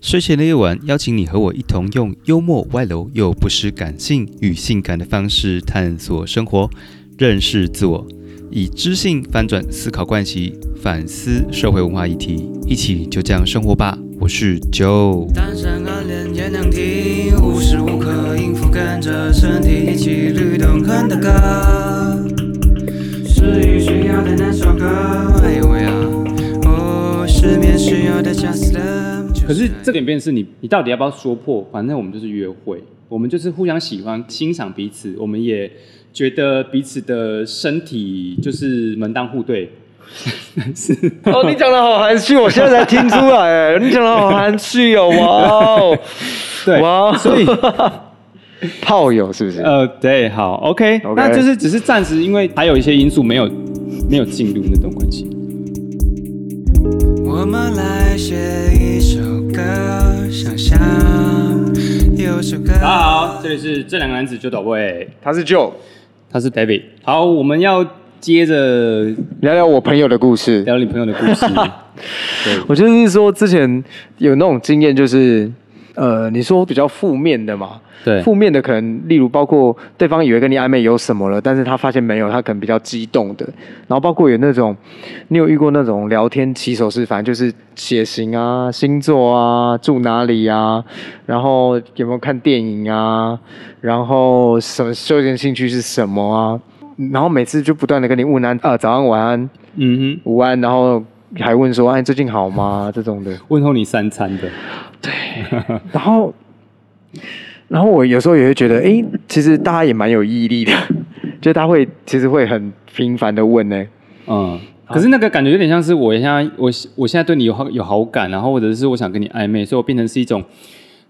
睡前的夜晚，邀请你和我一同用幽默、外露又不失感性与性感的方式探索生活，认识自我，以知性翻转思考惯习，反思社会文化议题，一起就这样生活吧。我是 Joe。单身啊暗恋也能听，无时无刻音符跟着身体一起律动，哼的歌，失语需要的那首歌。哎呦喂啊，哦，失眠需要的 Just Love 就是爱。可是这个演变是你，你到底要不要说破？反正我们就是约会，我们就是互相喜欢、欣赏彼此，我们也觉得彼此的身体就是门当户对。 但是哦，你讲的好含蓄，我现在才听出来，哎，你讲的好含蓄哦，哇哦，对哇哦，所以 炮友是不是？呃，对，好，OK，, OK 那就是只是暂时，因为还有一些因素没有没有进入那段关系。我们来写一首歌，想象有首歌。大家好，这里是这两个男子就倒位，他是 Joe，他是 David。好，我们要接着聊聊我朋友的故事。聊你朋友的故 事。我就是说，之前有那种经验，就是呃，你说比较负面的嘛，对负面的可能例如包括对方以为跟你暧昧有什么了，但是他发现没有，他可能比较激动的，然后包括有那种，你有遇过那种聊天起手式，反正就是血型啊、星座啊、住哪里啊，然后有没有看电影啊，然后什么休闲兴趣是什么啊，然后每次就不断的跟你问安啊、早安晚安。嗯午安，然后还问说：“哎，最近好吗？” 这种的哼。，问候你三餐的，然后，然后我有时候也会觉得，哎，其实大家也蛮有毅力的， 就他会其实会很频繁的问呢、嗯。可是那个感觉有点像是我现在我我现在对你有好有好感，然后或者是我想跟你暧昧，所以我变成是一种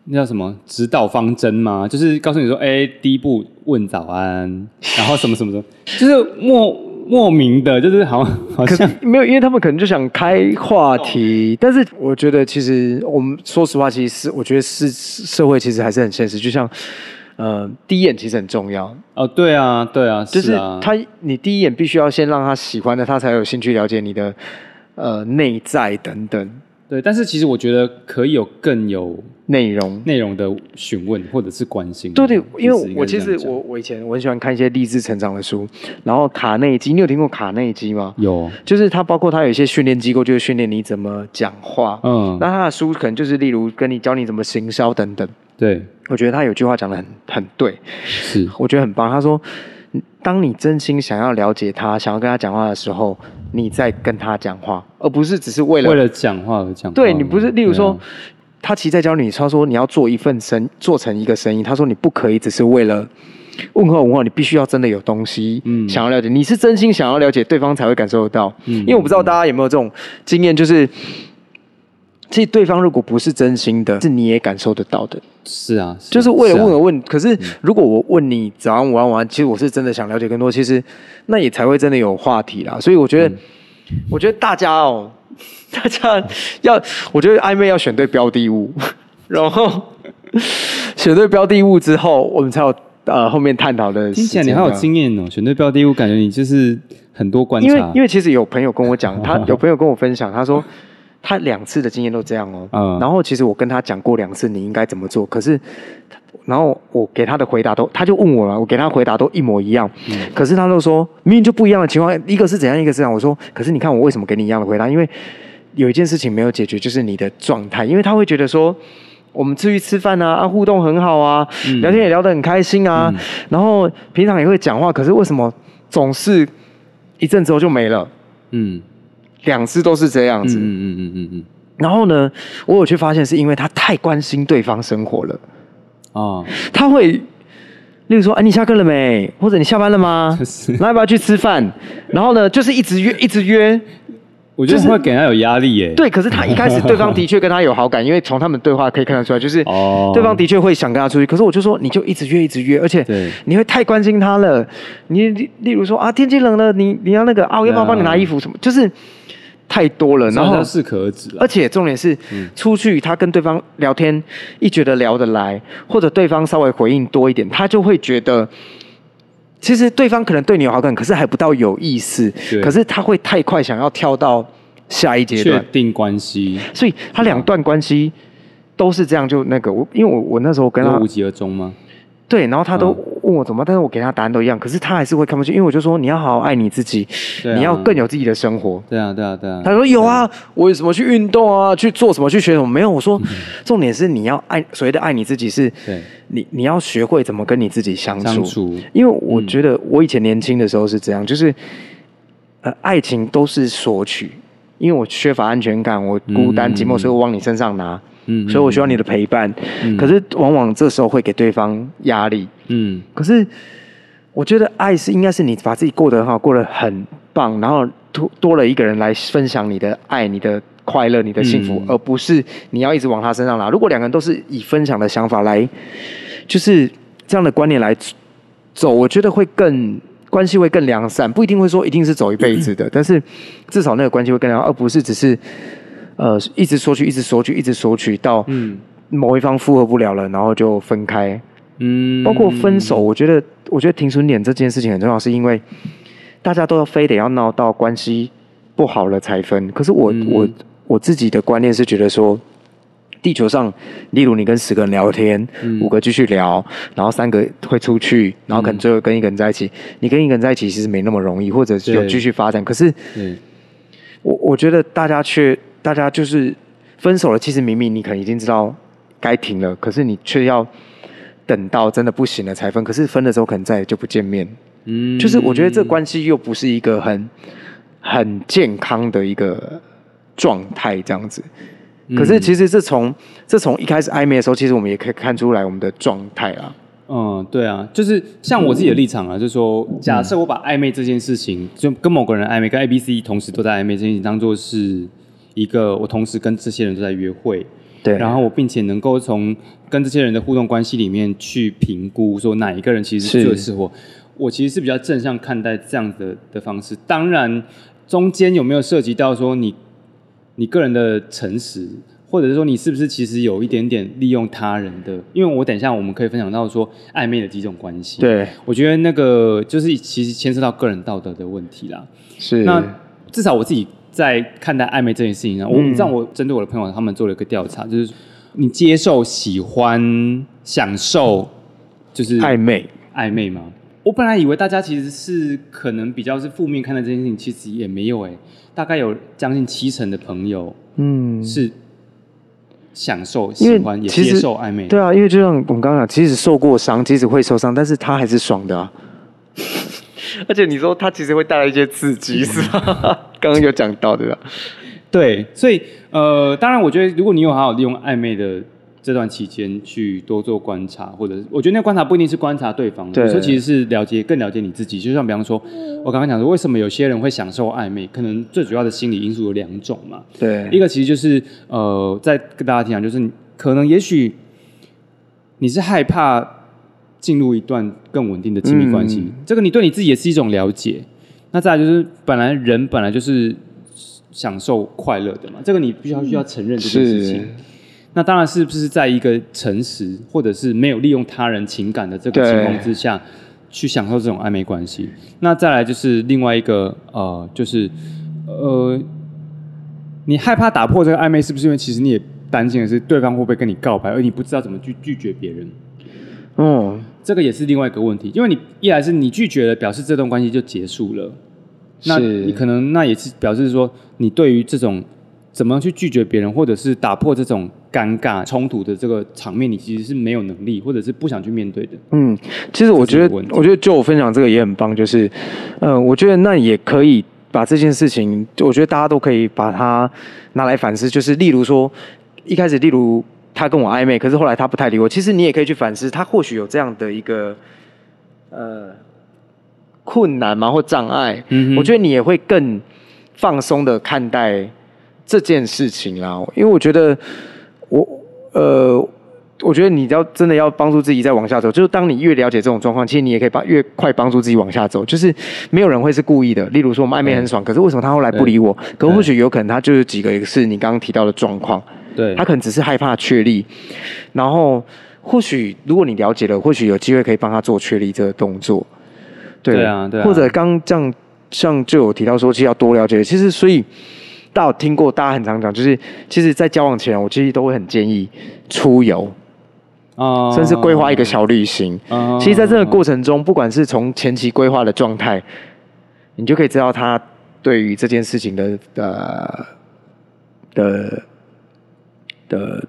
那叫什么指导方针吗？就是告诉你说，哎、第一步问早安，然后什么什么什么，就是莫莫名的，就是好好可是像没有，因为他们可能就想开话题。但是我觉得，其实我们说实话，其实是我觉得是社会其实还是很现实，就像。呃，第一眼其实很重要，哦，对啊，对啊，就是啊，他，你第一眼必须要先让他喜欢的，他才有兴趣了解你的呃内在等等对，但是其实我觉得可以有更有内容。内容的询问或者是关心。对对，因为我应其该是这实样讲我我以前我很喜欢看一些励志成长的书，然后卡内基，你有听过卡内基吗？有，就是它包括它有一些训练机构，就是训练你怎么讲话。嗯，那他的书可能就是例如跟你教你怎么行销等等。对，我觉得他有句话讲的很很对，是，我觉得很棒。他说，嗯当你真心想要了解他，想要跟他讲话的时候，你再跟他讲话，而不是只是为了为了讲话而讲话吗。对你不是，例如说，对啊他其实在教你，他说你要做一份生，做成一个生意。他说你不可以只是为了问候问候，你必须要真的有东西，嗯想要了解，你是真心想要了解对方才会感受得到。嗯因为我不知道大家有没有这种经验，就是其实对方如果不是真心的，是你也感受得到的。是啊，啊就是为了问啊而问。可是如果我问你早安、午安、晚安，其实我是真的想了解更多，其实那也才会真的有话题啦。所以我觉嗯得，我觉得大家哦， 大家要，我觉得暧昧要选对标的物，然后选对标的物之后，我们才有呃后面探讨的时间啊。听起来你好有经验哦，选对标的，我感觉你就是很多观察。因为因为其实有朋友跟我讲， 他有朋友跟我分享，他说他两次的经验都这样哦。嗯然后其实我跟他讲过两次，你应该怎么做，可是他。然后我给他的回答都，他就问我了，我给他回答都一模一样，可是他都说明明就不一样的情况，一个是怎样，一个是怎样。我说，可是你看我为什么给你一样的回答？因为有一件事情没有解决，就是你的状态，因为他会觉得说，我们出去吃饭啊，啊互动很好啊，聊天也聊得很开心啊，然后平常也会讲话，可是为什么总是一阵之后就没了？嗯两次都是这样嗯子。嗯嗯嗯嗯然后呢，我有去发现是因为他太关心对方生活了，嗯啊，他会，例如说，哎、你下课了没？或者你下班了吗就是？那要不要去吃饭？然后呢，就是一直约，一直约。我觉得就是会给人家有压力耶。对，可是他一开始对方的确跟他有好感，因为从他们对话可以看得出来，就是哦对方的确会想跟他出去。可是我就说，你就一直约，一直约，而且对你会太关心他了。你例例如说啊，天气冷了，你你要那个啊，我要不要帮你拿衣服什么？就是太多了，所然以它后适可啊而止而了。且重点是，出去他跟对方聊天，一觉得聊得来，或者对方稍微回应多一点，他就会觉得，其实对方可能对你有好感，可是还不到有意思对，可是他会太快想要跳到下一阶确段，定关系，所以他两段关系都是这样就那个我，因为我我那时候跟他都无疾而终吗？对，然后他都嗯问我怎么办，但是我给他答案都一样，可是他还是会看不进去，因为我就说你要好好爱你自己，对啊你要更有自己的生活。对啊，对啊，对啊。他说有啊，我有什么去运动啊，去做什么，去学什么？没有，我说重点是你要爱，所谓的爱你自己是嗯对，你你要学会怎么跟你自己相处。相处嗯因为我觉得我以前年轻的时候是这样，就是呃，爱情都是索取，因为我缺乏安全感，我孤单嗯寂寞，所以我往你身上拿，嗯所以我需要你的陪伴。可是往往这时候会给对方压力，嗯，可是我觉得爱是应该是你把自己过得很好，过得很棒，然后多多了一个人来分享你的爱、你的快乐、你的幸福，嗯而不是你要一直往他身上拿。如果两个人都是以分享的想法来，就是这样的观念来走，我觉得会更。关系会更良善，不一定会说一定是走一辈 子的，但是至少那个关系会更良善，而不是只是呃一直索取、一直索取、一直索取到嗯某一方负荷不了了，然后就分开。嗯，包括分手，我觉得我觉得停损点这件事情很重要，是因为大家都要非得要闹到关系不好了才分。可是我、嗯我我自己的观念是觉得说。地球上，例如你跟十个人聊天，嗯五个继续聊，然后三个会出去，然后可能最后跟一个人在一起。你跟一个人在一起其实没那么容易，或者是有对继续发展。可是对，我我觉得大家却大家就是分手了，其实明明你可能已经知道该停了，可是你却要等到真的不行了才分。可是分的时候可能再也就不见面，嗯，就是我觉得这关系又不是一个很很健康的一个状态这样子。可是其实这从这从一开始暧昧的时候，其实我们也可以看出来我们的状态啊。嗯，对啊，就是像我自己的立场啊，就是说，假设我把暧昧这件事情，就跟某个人暧昧，跟 A、B、C 同时都在暧昧这件事情，当做是一个我同时跟这些人都在约会，对，然后我并且能够从跟这些人的互动关系里面去评估，说哪一个人其实是是最适合我。我其实是比较正向看待这样的的方式。当然，中间有没有涉及到说你你个人的诚实，或者是说你是不是其实有一点点利用他人的？因为我等一下我们可以分享到说暧昧的几种关系。，对我觉得那个就是其实牵涉到个人道德的问题啦。是那至少我自己在看待暧昧这件事情啊上，我嗯你知道我针对我的朋友他们做了一个调查，就是你接受、喜欢、享受，就是暧昧，暧昧吗？我本来以为大家其实是可能比较是负面看待这件事情，其实也没有哎、大概有将近七成的朋友嗯，是享受、因喜欢为也其接实受暧昧。对啊，因为就像我们刚刚讲，即使受过伤，即使会受伤，但是他还是爽的啊。 而且你说他其实会带来一些刺激，是 吧？刚刚有讲到对吧？对，所以呃，当然，我觉得如果你有好好利用暧昧的这段期间去多做观察，或者是我觉得那观察不一定是观察对方，对有时候其实是了解更了解你自己。就像比方说，我刚刚讲说，为什么有些人会享受暧昧，可能最主要的心理因素有两种嘛。一对，个其实就是呃，再跟大家讲，就是你可能也许你是害怕进入一段更稳定的亲密关系，嗯这个你对你自己也是一种了解。那再来就是，本来人本来就是享受快乐的嘛，这个你必须要需要承认这件事情是。那当然是不是在一个诚实或者是没有利用他人情感的这个对情况之下，去享受这种暧昧关系？那再来就是另外一个呃，就是呃，你害怕打破这个暧昧，是不是因为其实你也担心的是对方会不会跟你告白，而你不知道怎么去拒绝别人？嗯，这个也是另外一个问题，因为你一来是你拒绝了，表示这段关系就结束了，那是你可能那也是表示说你对于这种怎么样去拒绝别人，或者是打破这种尴尬冲突的这个场面，你其实是没有能力，或者是不想去面对的。嗯，其实我这是一个觉得问，题我觉得就我分享这个也很棒，就是，嗯，我觉得那也可以把这件事情，我觉得大家都可以把它拿来反思，就是例如说，一开始例如他跟我暧昧，可是后来他不太理我，其实你也可以去反思，他或许有这样的一个，呃，困难嘛或障碍，嗯哼我觉得你也会更放松的看待这件事情啦，因为我觉得我呃，我觉得你要真的要帮助自己再往下走，就是当你越了解这种状况，其实你也可以帮越快帮助自己往下走。就是没有人会是故意的，例如说我们暧昧很爽，可是为什么他后来不理我？可或许有可能他就是几个也是你刚刚提到的状况，对他可能只是害怕确立，然后或许如果你了解了，或许有机会可以帮他做确立这个动作。对啊对啊或者刚这样像就有提到说，其实要多了解。其实所以到听过大家很常讲，就是其实，在交往前，我其实都会很建议出游，啊甚至规划一个小旅行。啊其实，在这个过程中，不管是从前期规划的状态，你就可以知道他对于这件事情的呃的的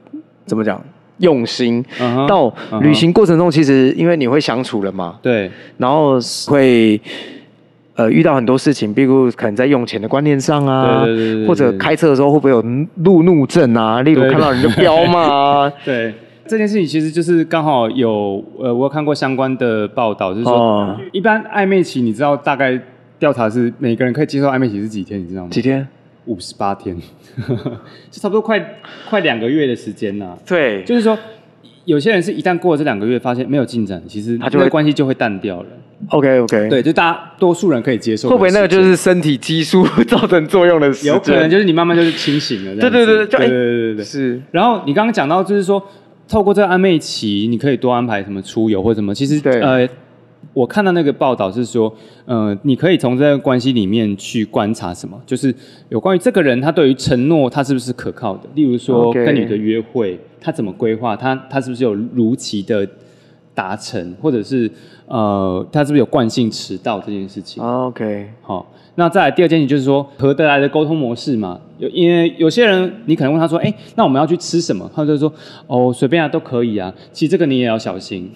怎么讲用心。嗯哼到嗯哼旅行过程中，其实因为你会相处了嘛，对，然后会呃遇到很多事情，比如可能在用钱的观念上啊，对对对对对或者开车的时候会不会有路怒症啊？例如对对看到人就飙嘛 啊，对这件事情，其实就是刚好有呃，我有看过相关的报道，就是说、哦一般暧昧期，你知道大概调查是每个人可以接受暧昧期是几天，你知道吗？几天？五十八天， 就差不多快快两个月的时间呐、对就是说，有些人是一旦过了这两个月，发现没有进展，其实他就那会关系就会淡掉了。 ，OK OK，，对，就大家多数人可以接受会的时间。不会那个就是身体激素 造成作用的时间？有可能就是你慢慢就是清醒了这样子？对对对就对哎对对对对。是然后你刚刚讲到，就是说透过这个暧昧期，你可以多安排什么出游或什么。其实对呃，我看到那个报道是说，呃，你可以从这个关系里面去观察什么，就是有关于这个人他对于承诺他是不是可靠的，例如说 OK 跟你的约会，他怎么规划，他他是不是有如期的达成，或者是呃，他是不是有惯性迟到这件事情。哦 OK，好、那再来第二件事就是说合得来的沟通模式嘛。有因为有些人你可能问他说，哎、那我们要去吃什么？他就说，哦，随便啊，都可以啊。其实这个你也要小心，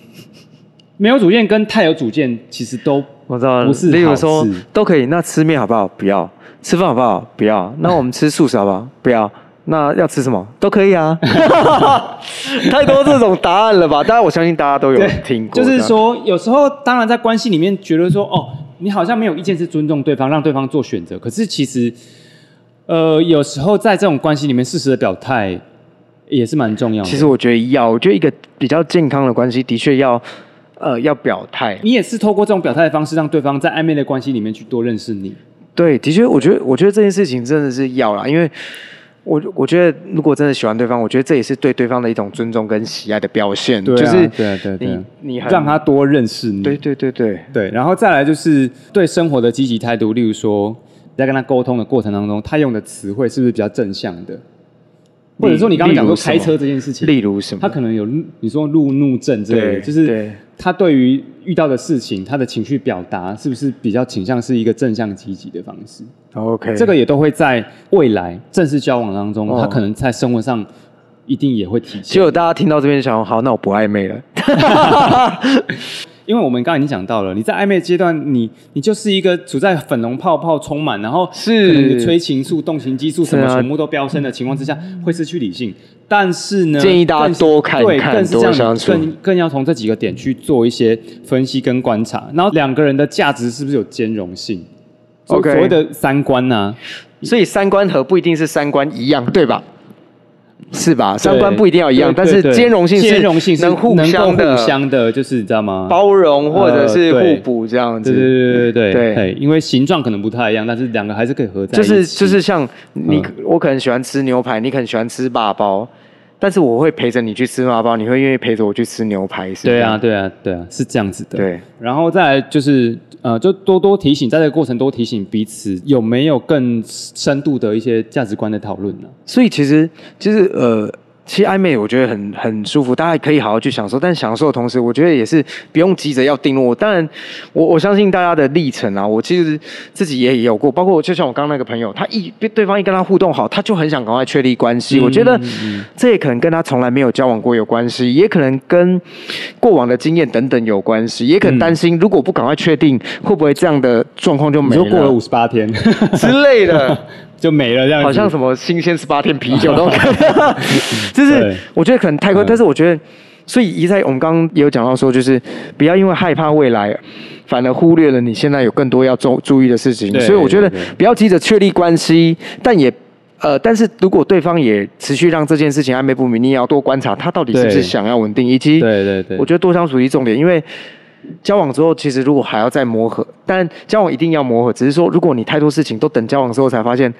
没有主见跟太有主见其实都我知道了。不是好事例如说都可以，那吃面好不好？不要。吃饭好不好？不 要。那我们吃素食好不好？不要。那要吃什么都可 以啊，太多这种答案了吧？当然，我相信大家都有听过。就是说，有时候当然在关系里面觉得说，哦，你好像没有意见是尊重对方，让对方做选择。可是其实，呃，有时候在这种关系里面，适时的表态也是蛮重要的。其实我觉得要，我觉得一个比较健康的关系，的确要，呃，要表态。你也是透过这种表态的方式，让对方在暧昧的关系里面去多认识你。对，的确，我觉得，我觉得这件事情真的是要啦，因为我我觉得，如果真的喜欢对方，我觉得这也是对对方的一种尊重跟喜爱的表现。对啊就是对啊对啊对啊你你很让他多认识你。对对对对，对，然后再来就是对生活的积极态度，例如说在跟他沟通的过程当中，他用的词汇是不是比较正向的？或者说你刚刚讲说例如什么开车这件事情，例如什么他可能有路你说路怒症之类的，对就是对他对于遇到的事情，他的情绪表达是不是比较倾向是一个正向积极的方式？ ，OK，这个也都会在未来正式交往当中，哦他可能在生活上一定也会体结现。果大家听到这边想，好，那我不暧昧了。因为我们刚刚已经讲到了，你在暧昧阶段，你你就是一个处在粉红泡泡充满，然后是可能你的催情素、动情激素什么是啊全部都飙升的情况之下，会失去理性。但是呢，建议大家更是多看对看更是这多样相处更更要从这几个点去做一些分析跟观察，然后两个人的价值是不是有兼容性 OK 所谓的三观啊呢、所以三观合不一定是三观一样，对吧？是吧？三观不一定要一样，对但对是对兼容性是兼容性是能互能够相的互相的，就是你知道吗？包容或者是呃对互补这样对子。对对对对对对，因为形状可能不太一样，但是两个还是可以合在就一起。嗯是就是像你，我可能喜欢吃牛排，你可能喜欢吃霸包，但是我会陪着你去吃霸包，你会愿意陪着我去吃牛排，是不是？对啊，，对啊，对啊，是这样子的。对，然后再来就是呃，就多多提醒，在这个过程多提醒彼此有没有更深度的一些价值观的讨论呢、所以其实其实呃，其实暧昧我觉得很很舒服，大家可以好好去享受。但享受的同时，我觉得也是不用急着要定论。我当然，我我相信大家的历程啊，我其实自己也有过，包括就像我刚刚那个朋友，他一对方一跟他互动好，他就很想赶快确立关系。我觉得这也可能跟他从来没有交往过有关系，也可能跟过往的经验等等有关系，也可能担心如果不赶快确定，会不会这样的状况就你没说过了了五十八天 之类的。就没了，这样子好像什么新鲜十八天啤酒都 可以，就是对我觉得可能太快，但是我觉得，所以一在我们刚刚也有讲到说，就是不要因为害怕未来，反而忽略了你现在有更多要注注意的事情对，所以我觉得对对不要急着确立关系，但也。呃，但是如果对方也持续让这件事情暧昧不明，你也要多观察他到底是不对是想要稳定，以及对对对我觉得多相处是重点，因为交往之后，其实如果还要再磨合，但交往一定要磨合，只是说如果你太多事情都等交往之后才发现，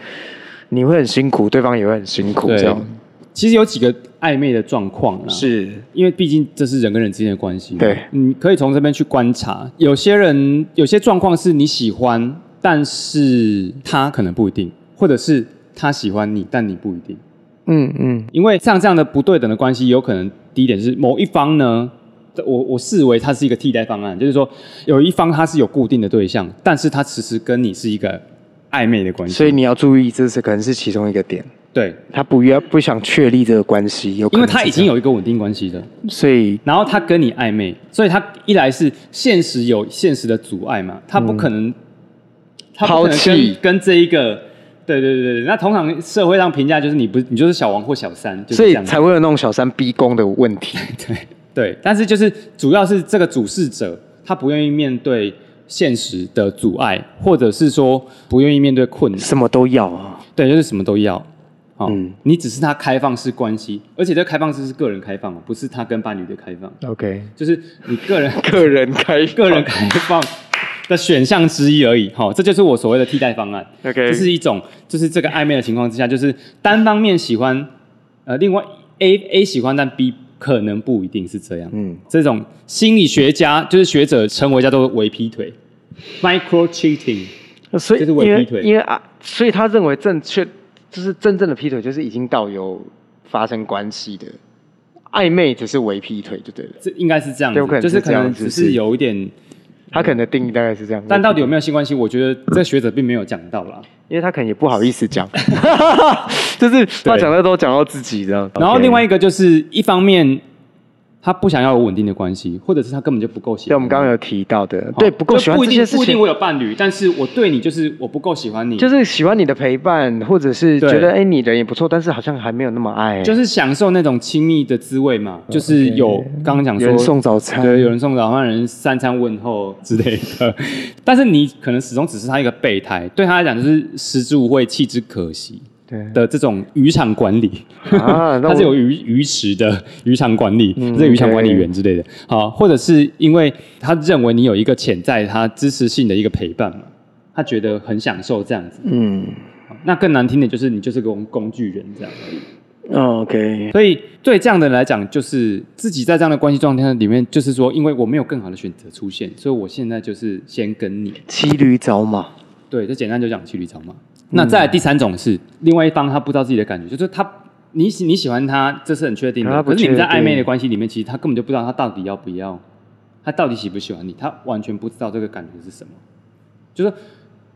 你会很辛苦，对方也会很辛苦，这对样。其实有几个暧昧的状况啦，是因为毕竟这是人跟人之间的关系嘛，对你可以从这边去观察，有些人有些状况是你喜欢，但是他可能不一定，或者是他喜欢你，但你不一定。嗯嗯，因为像这样的不对等的关系，有可能第一点是某一方呢，我我视为它是一个替代方案，就是说有一方他是有固定的对象，但是他其实跟你是一个暧昧的关系，所以你要注意，这是可能是其中一个点，对，他不要不想确立这个关系，有可因为能是这他样已经，有一个稳定关系的，所以然后他跟你暧昧，所以他一来是现实有现实的阻碍嘛，他不可能，他不可能嗯抛跟弃跟这一个，对对对对，那通常社会上评价就是你不你就是小王或小三，就是所这以样子才会有那种小三逼宫的问题。对，但是就是主要是这个主事者他不愿意面对现实的阻碍，或者是说不愿意面对困难，什么都要啊，对，就是什么都要。哦，嗯你只是他开放式关系，而且这开放式是个人开放哦，不是他跟伴侣的开放， OK，就是你个人个人开 个人开放的选项之一而已。好、这就是我所谓的替代方案。 OK 这是一种，就是这个暧昧的情况之下，就是单方面喜欢，呃，另外 A A 喜欢，但 B 可能不一定是这样。嗯这种心理学家就是学者称为叫做伪劈腿 （micro cheating）。所以就是因伪为劈腿因为啊，所以他认为正确就是真正的劈腿，就是已经到有发生关系的暧昧，只是为劈腿就对了。这应该是这样对有可子，能就是是可这样能子只是是有一点，他可能的定义大概是这样，但到底有没有性关系，我觉得这学者并没有讲到啦。因为他可能也不好意思讲， 就是他讲的都讲到自己这样。 然后 OK 另外一个就是一方面，他不想要有稳定的关系，或者是他根本就不够喜欢你。对，我们刚刚有提到的，对，好不够哦就喜欢不一这定些事不一定情我，有伴侣，但是我对你就是我不够喜欢你，就就是是喜欢你的陪伴，或者是对觉得哎你人也不错，但是好像还没有那么爱，就是享受那种亲密的滋味嘛，就是有刚刚讲哦有说呃人送嗯早餐，对，有人送早饭，人三餐问候之类的， 但是你可能始终只是他一个备胎，对他来讲就是食之无味，弃之可惜对的这种渔场管理。啊，那他是有我鱼鱼池的渔场管理，嗯这、是渔场管理 OK 员之类的，好，或者是因为他认为你有一个潜在他支持性的一个陪伴嘛，他觉得很享受这样子。嗯那更难听的就是你就是个工工具人这样而已。哦，OK，所以对这样的人来讲，就是自己在这样的关系状态里面，就是说，因为我没有更好的选择出现，所以我现在就是先跟你。骑驴找马，对，就简单就讲骑驴找马。那再来第三种是，另外一方他不知道自己的感觉，就是他你喜你喜欢他，这是很确定他的。不可是你们在确定暧昧的关系里面，其实他根本就不知道他到底要不要，他到底喜不喜欢你，他完全不知道这个感觉是什么，就是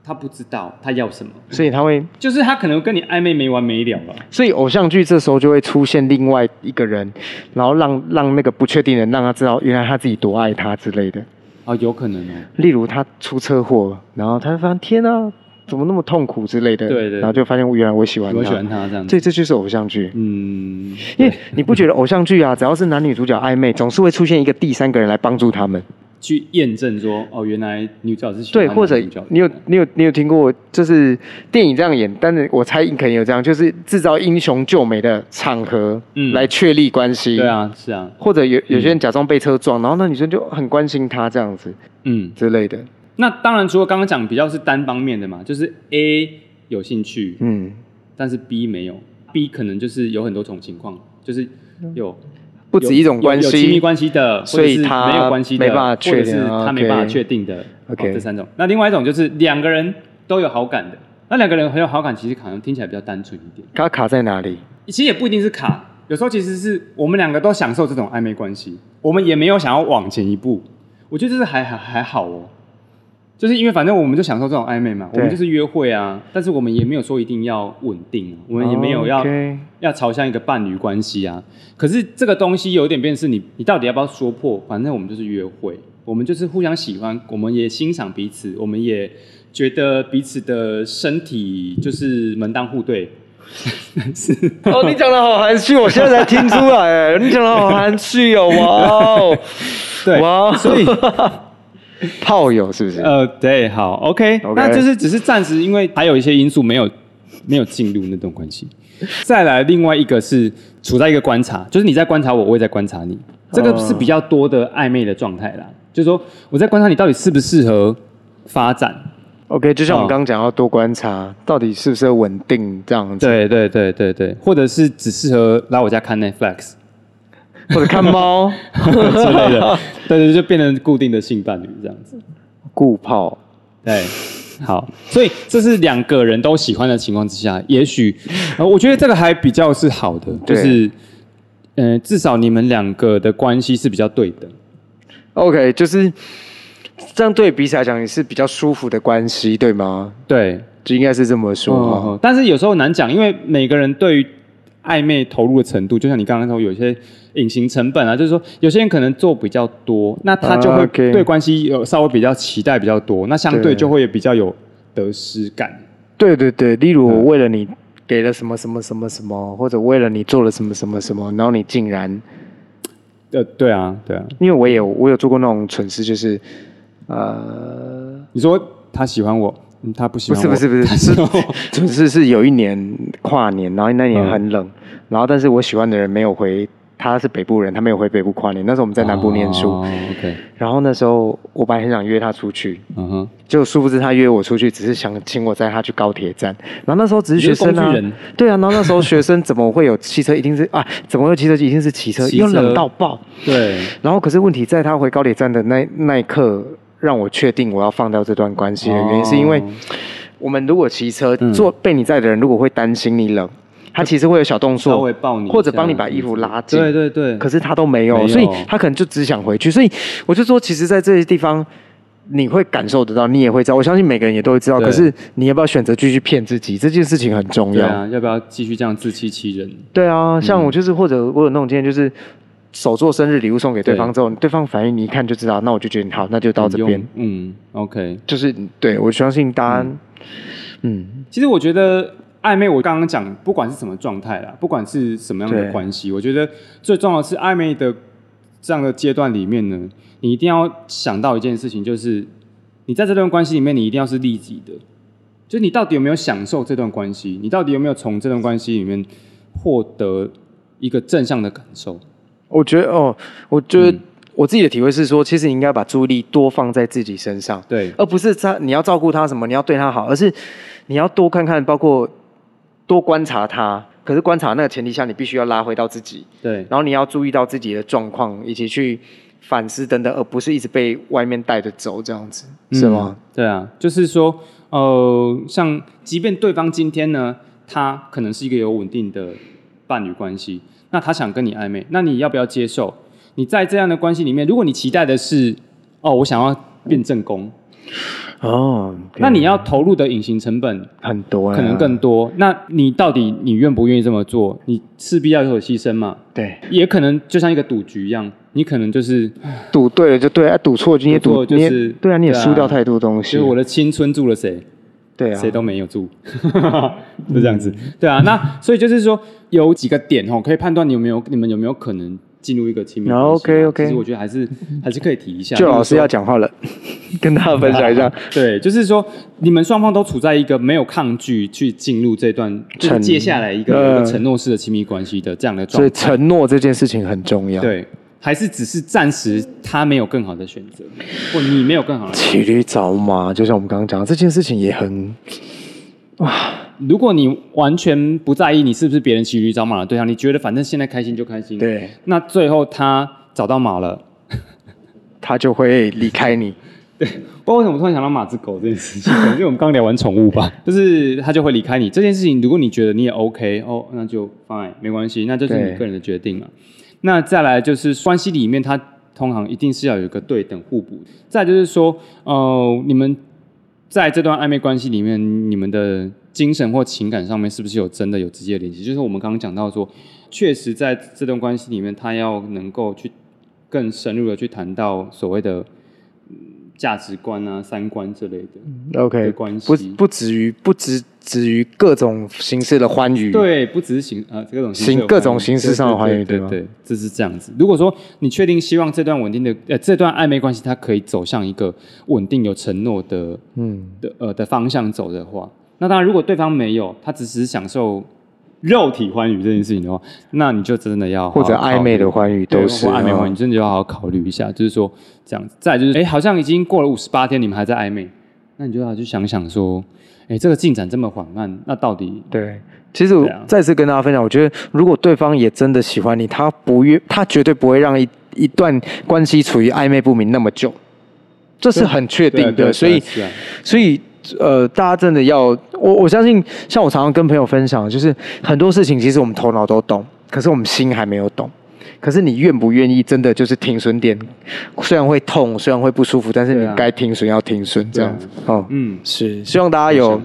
他不知道他要什么，所以他会，就是他可能跟你暧昧没完没了了。所以偶像剧这时候就会出现另外一个人，然后让让那个不确定的人让他知道原来他自己多爱他之类的。啊，有可能哦。例如他出车祸，然后他就发现天啊，怎么那么痛苦之类的，对对对然后就发现原来我喜欢他，我喜欢他这样子对，。这就是偶像剧。嗯，因为你不觉得偶像剧啊，只要是男女主角暧昧，总是会出现一个第三个人来帮助他们，去验证说，哦，原来女主角是喜欢对，或者男主角的你有你有你有听过，就是电影这样演，但是我猜你肯定有这样，就是制造英雄救美的场合，嗯来确立关系，对，啊，是啊，或者有有些人假装被车撞，然后那女生就很关心他这样子嗯，之类的，那当然，除了刚刚讲比较是单方面的嘛，就是 A 有兴趣，嗯，但是 B 没有，B 可能就是有很多种情况，就是有。嗯不止一种有关系有亲密关系的，或者所以是他没有关系的，没办法或者确定是啊他没 OK 办法确定的。 OK 哦这三种。那另外一种就是两个人都有好感的，那两个人很有好感，其实可能听起来比较单纯一点。他卡在哪里？其实也不一定是卡，有时候其实是我们两个都享受这种暧昧关系，我们也没有想要往前一步。我觉得这是还还还好哦，就是因为反正我们就享受这种暧昧嘛，我对们就是约会啊，但是我们也没有说一定要稳定啊，我们也没有要、哦 OK 要朝向一个伴侣关系啊。可是这个东西有点变成是你你到底要不要说破？反正我们就是约会，我们就是互相喜欢，我们也欣赏彼此，我们也觉得彼此的身体就是门当户对。 但是 哦，你讲的好含蓄，我现在才听出来，哎，你讲的好含蓄哦，哇哦，对哇哦，所以 炮友是不是？呃，对，好，OK，, OK 那就是只是暂时，因为还有一些因素没有没有进入那段关系。再来，另外一个是处在一个观察，就是你在观察我，我也在观察你，哦这个是比较多的暧昧的状态啦。就是说，我在观察你到底适不适合发展。 OK，就像我们哦刚刚讲，要多观察到底是不是稳定这样子，对对对对对，或者是只适合来我家看 Netflix 或者看 猫之 类的，对对，就变成固定的性伴侣这样子。顾炮。对，好，所以这是两个人都喜欢的情况之下，也许，呃，我觉得这个还比较是好的，就对是，呃，至少你们两个的关系是比较对等。 OK，就是这样对彼此来讲也是比较舒服的关系，对吗？对，就应该是这么说哦哈。但是有时候难讲，因为每个人对于暧昧投入的程度，就像你刚刚说，有一些隐形成本啊，就是说有些人可能做比较多，那他就啊会，OK 对关系有稍微比较期待比较多，那相对对就会也比较有得失感。对对对，例如我为了你给了什么什么什么什么，或者为了你做了什么什么什么，然后你竟然，呃，对啊，对啊，因为我也有我有做过那种蠢事，就是呃，你说他喜欢我，嗯他不喜不欢是我，不是不 是，他是喜欢我蠢事是有一年跨年，然后那年很冷，然后但是我喜欢的人没有回，他是北部人，他没有回北部跨年，那时候我们在南部念书，哦，OK，然后那时候我本来很想约他出去。嗯哼，就殊不知他约我出去，只是想请我载他去高铁站。然后那时候只是学生你是啊工具人，对啊，然后那时候学生怎么会有汽车？一定是啊，怎么会有汽车？一定是骑车，骑车又冷到爆。对，然后可是问题，在他回高铁站的那那一刻，让我确定我要放掉这段关系的原因，是因为哦我们如果骑车，嗯坐被你载的人如果会担心你冷，他其实会有小动作，稍微抱你一下，或者帮你把衣服拉紧。对对对，可是他都没嗯没有有，所以他可能就只想回去。所以我就说，其实，在这些地方，你会感受得到，你也会知道。我相信每个人也都会知道。对可是你要不要选择继续骗自己，这件事情很重对要。啊，嗯要不要继续这样自欺欺人？对啊，像我就是，或者我有那种今天就是手做生日礼物送给对方之后，对方反应你一看就知道，那我就觉得好，那就到这边不。用，嗯嗯，OK。就是对我相信大家，嗯，其实我觉得暧昧，我刚刚讲，不管是什么状态啦，不管是什么样的对关系，我觉得最重要的是暧昧的这样的阶段里面呢，你一定要想到一件事情，就是你在这段关系里面，你一定要是利己的，就是你到底有没有享受这段关系，你到底有没有从这段关系里面获得一个正向的感受？我觉得哦，我觉嗯得我自己的体会是说，其实你应该把注意力多放在自己身上。对，而不是他你要照顾他什么，你要对他好，而是你要多看看，包括多观察他。可是观察那个前提下，你必须要拉回到自己，对，然后你要注意到自己的状况，以及去反思等等，而不是一直被外面带着走这样子，是吗？嗯？对啊，就是说，呃，像即便对方今天呢，他可能是一个有稳定的伴侣关系，那他想跟你暧昧，那你要不要接受？你在这样的关系里面，如果你期待的是，哦，我想要变正嗯宫，哦，那你要投入的隐形成本很多、可能更多，啊那你到底你愿不愿意这么做？你势必要有所牺牲嘛。对，也可能就像一个赌局一样，你可能就是，赌对了就对，啊、赌错了你也赌错赌，就你是也对啊，你也对啊输掉太多东西就是，我的青春住了谁？对啊，嗯谁都没有住， 就这样子，对啊。那所以就是说，有几个点哦，可以判断你有没有你们有没有可能进入一个亲密关系啊。哦，OK，OK 其实我觉得还是还是可以提一下。就老师要就是讲话了， 跟大家分 享一下，说对，就是说你们双方都处在一个没有抗拒去进入这段，就是承接下来一个呃有一个承诺式的亲密关系的这样的状所以态。承诺这件事情很重要。对，还是只是暂时他没有更好的选择，或你没有更好的选择。骑驴找马，就像我们刚刚讲的，这件事情也很如果你完全不在意你是不是别人骑驴找马的对象，你觉得反正现在开心就开心，对，那最后他找到马了。他就会离开你。不知道为什么突然想到马子狗这件事情，可能因为我们刚聊完宠物吧，就是他就会离开你这件事情。如果你觉得你也 OK 哦，那就 fine 没关系，那就是对你个人的决定嘛。那再来就是嗯关系里面，它通常一定是要有一个对等互补。再来就是说，呃，你们在这段暧昧关系里面，你们的精神或情感上面是不是有真的有直接联系？就是我们刚刚讲到说，确实在这段关系里面，他要能够去更深入的去谈到所谓的嗯价值观啊、三观之类的。 OK，的关系不不止于不止止于各种形式的欢愉。，对，不只是形啊，各种形式形有各欢种愉形式对上的欢对愉对对吗对，这是这样子。如果说你确定希望这段稳定的呃这段暧昧关系，它可以走向一个稳定有承诺的嗯，的呃的方向走的话，那当然如果对方没有，他只是享受肉体欢愉这件事情的话，那你就真的要好好或者暧昧的欢愉考虑都是对或暧昧欢愉，哦真的就要好好考虑一下，就是说这样子。再来就是哎，好像已经过了五十八天，你们还在暧昧，那你就要去想想说，哎，这个进展这么缓慢，那到底对。其实我对啊再次跟大家分享，我觉得如果对方也真的喜欢你，他不愿，他绝对不会让一一段关系处于暧昧不明那么久，这是很确对啊定对啊对啊的。所以是啊所以呃，大家真的要我我相信，像我常常跟朋友分享，就是很多事情其实我们头脑都懂，可是我们心还没有懂。可是你愿不愿意真的就是停损点？虽然会痛，虽然会不舒服，但是对你啊该停损要停损，这样子哦。嗯，是，希望大家有，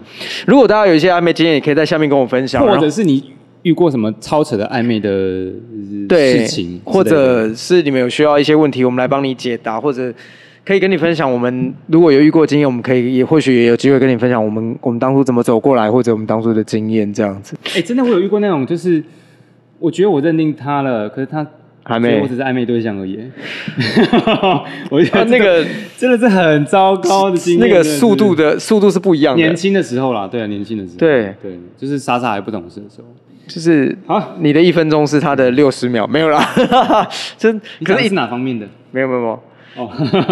如果大家有一些暧昧经验，也可以在下面跟我分享。或然后者是你遇过什么超扯的暧昧的呃对事情之类的，或者是你们有需要一些问题，我们来帮你解答，或者可以跟你分享。我们如果有遇过经验，我们可以也或许也有机会跟你分享我们我们当初怎么走过来，或者我们当初的经验这 样子。哎、真的我有遇过那种，就是我觉得我认定他了，可是他还没觉得我只是暧昧对象而已。 我觉得、啊那个真的是很糟糕的经验，那个真是速度的速度是不一样年的，轻的时候啦，对啊，年轻的时候，对对，就是傻傻还不懂事的时候。就是好你的一分钟是他的六十秒，没有啦， 真你可讲的是是哪方面的？没有没有没有。哦，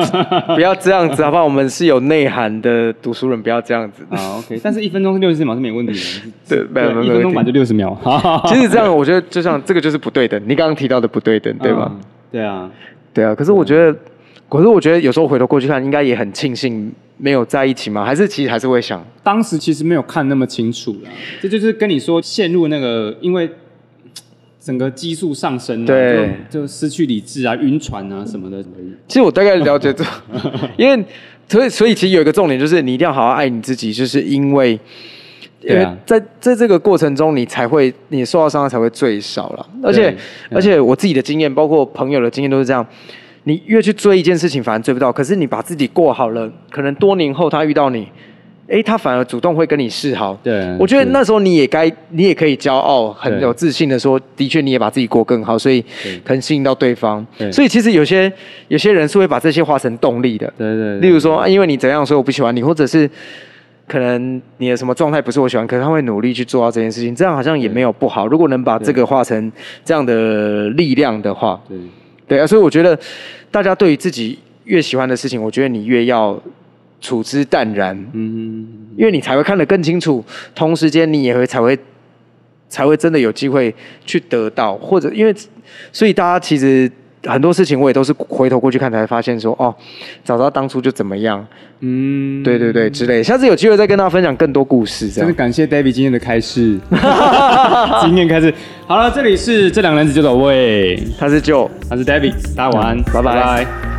不要这样子，好不好？我们是有内涵的读书人，不要这样子。啊，OK，但是一分钟是六十秒是没问题的，对， 没有没有一没分有问钟题版就六十秒， 哈哈哈 其实这样，我觉得就像这个就是不对等，你刚刚提到的不对等，对吧？嗯对啊，对啊，可是我觉得，可是我觉得有时候回头过去看，应该也很庆幸没有在一起嘛，还是其实还是会想，当时其实没有看那么清楚啦，这就是跟你说陷入那个，因为嘖整个激素上升、啊，对就，就失去理智啊、晕船啊什么的而已。其实我大概了 解这，因为所以所以其实有一个重点就是，你一定要好好爱你自己，就是因为。因对为啊在在这个过程中，你才会你受到伤害才会最少了，而且对而且我自己的经验，包括朋友的经验都是这样。你越去追一件事情，反而追不到。可是你把自己过好了，可能多年后他遇到你，诶，他反而主动会跟你示好。对我觉得是那时候你也该，你也可以骄傲，很对有自信的说，的确你也把自己过更好，所以对可能吸引到对方。对所以其实有些有些人是会把这些化成动力的。对对对，例如说，啊因为你怎样，所以我不喜欢你，或者是可能你的什么状态不是我喜欢，可是他会努力去做到这件事情，这样好像也没有不好。如果能把这个化成这样的力量的话，对对啊，所以我觉得大家对于自己越喜欢的事情，我觉得你越要处之淡然，嗯，因为你才会看得更清楚，同时间你也会才会才会真的有机会去得到，或者因为所以大家其实很多事情我也都是回头过去看才发现说哦，早知道当初就怎么样，嗯，对对对之类的。下次有机会再跟大家分享更多故事，这真的样感谢 David 今天的开 示，今天开始。好了，这里是这两个男子就走位，他是就。他是 David，大家晚安，嗯拜拜拜拜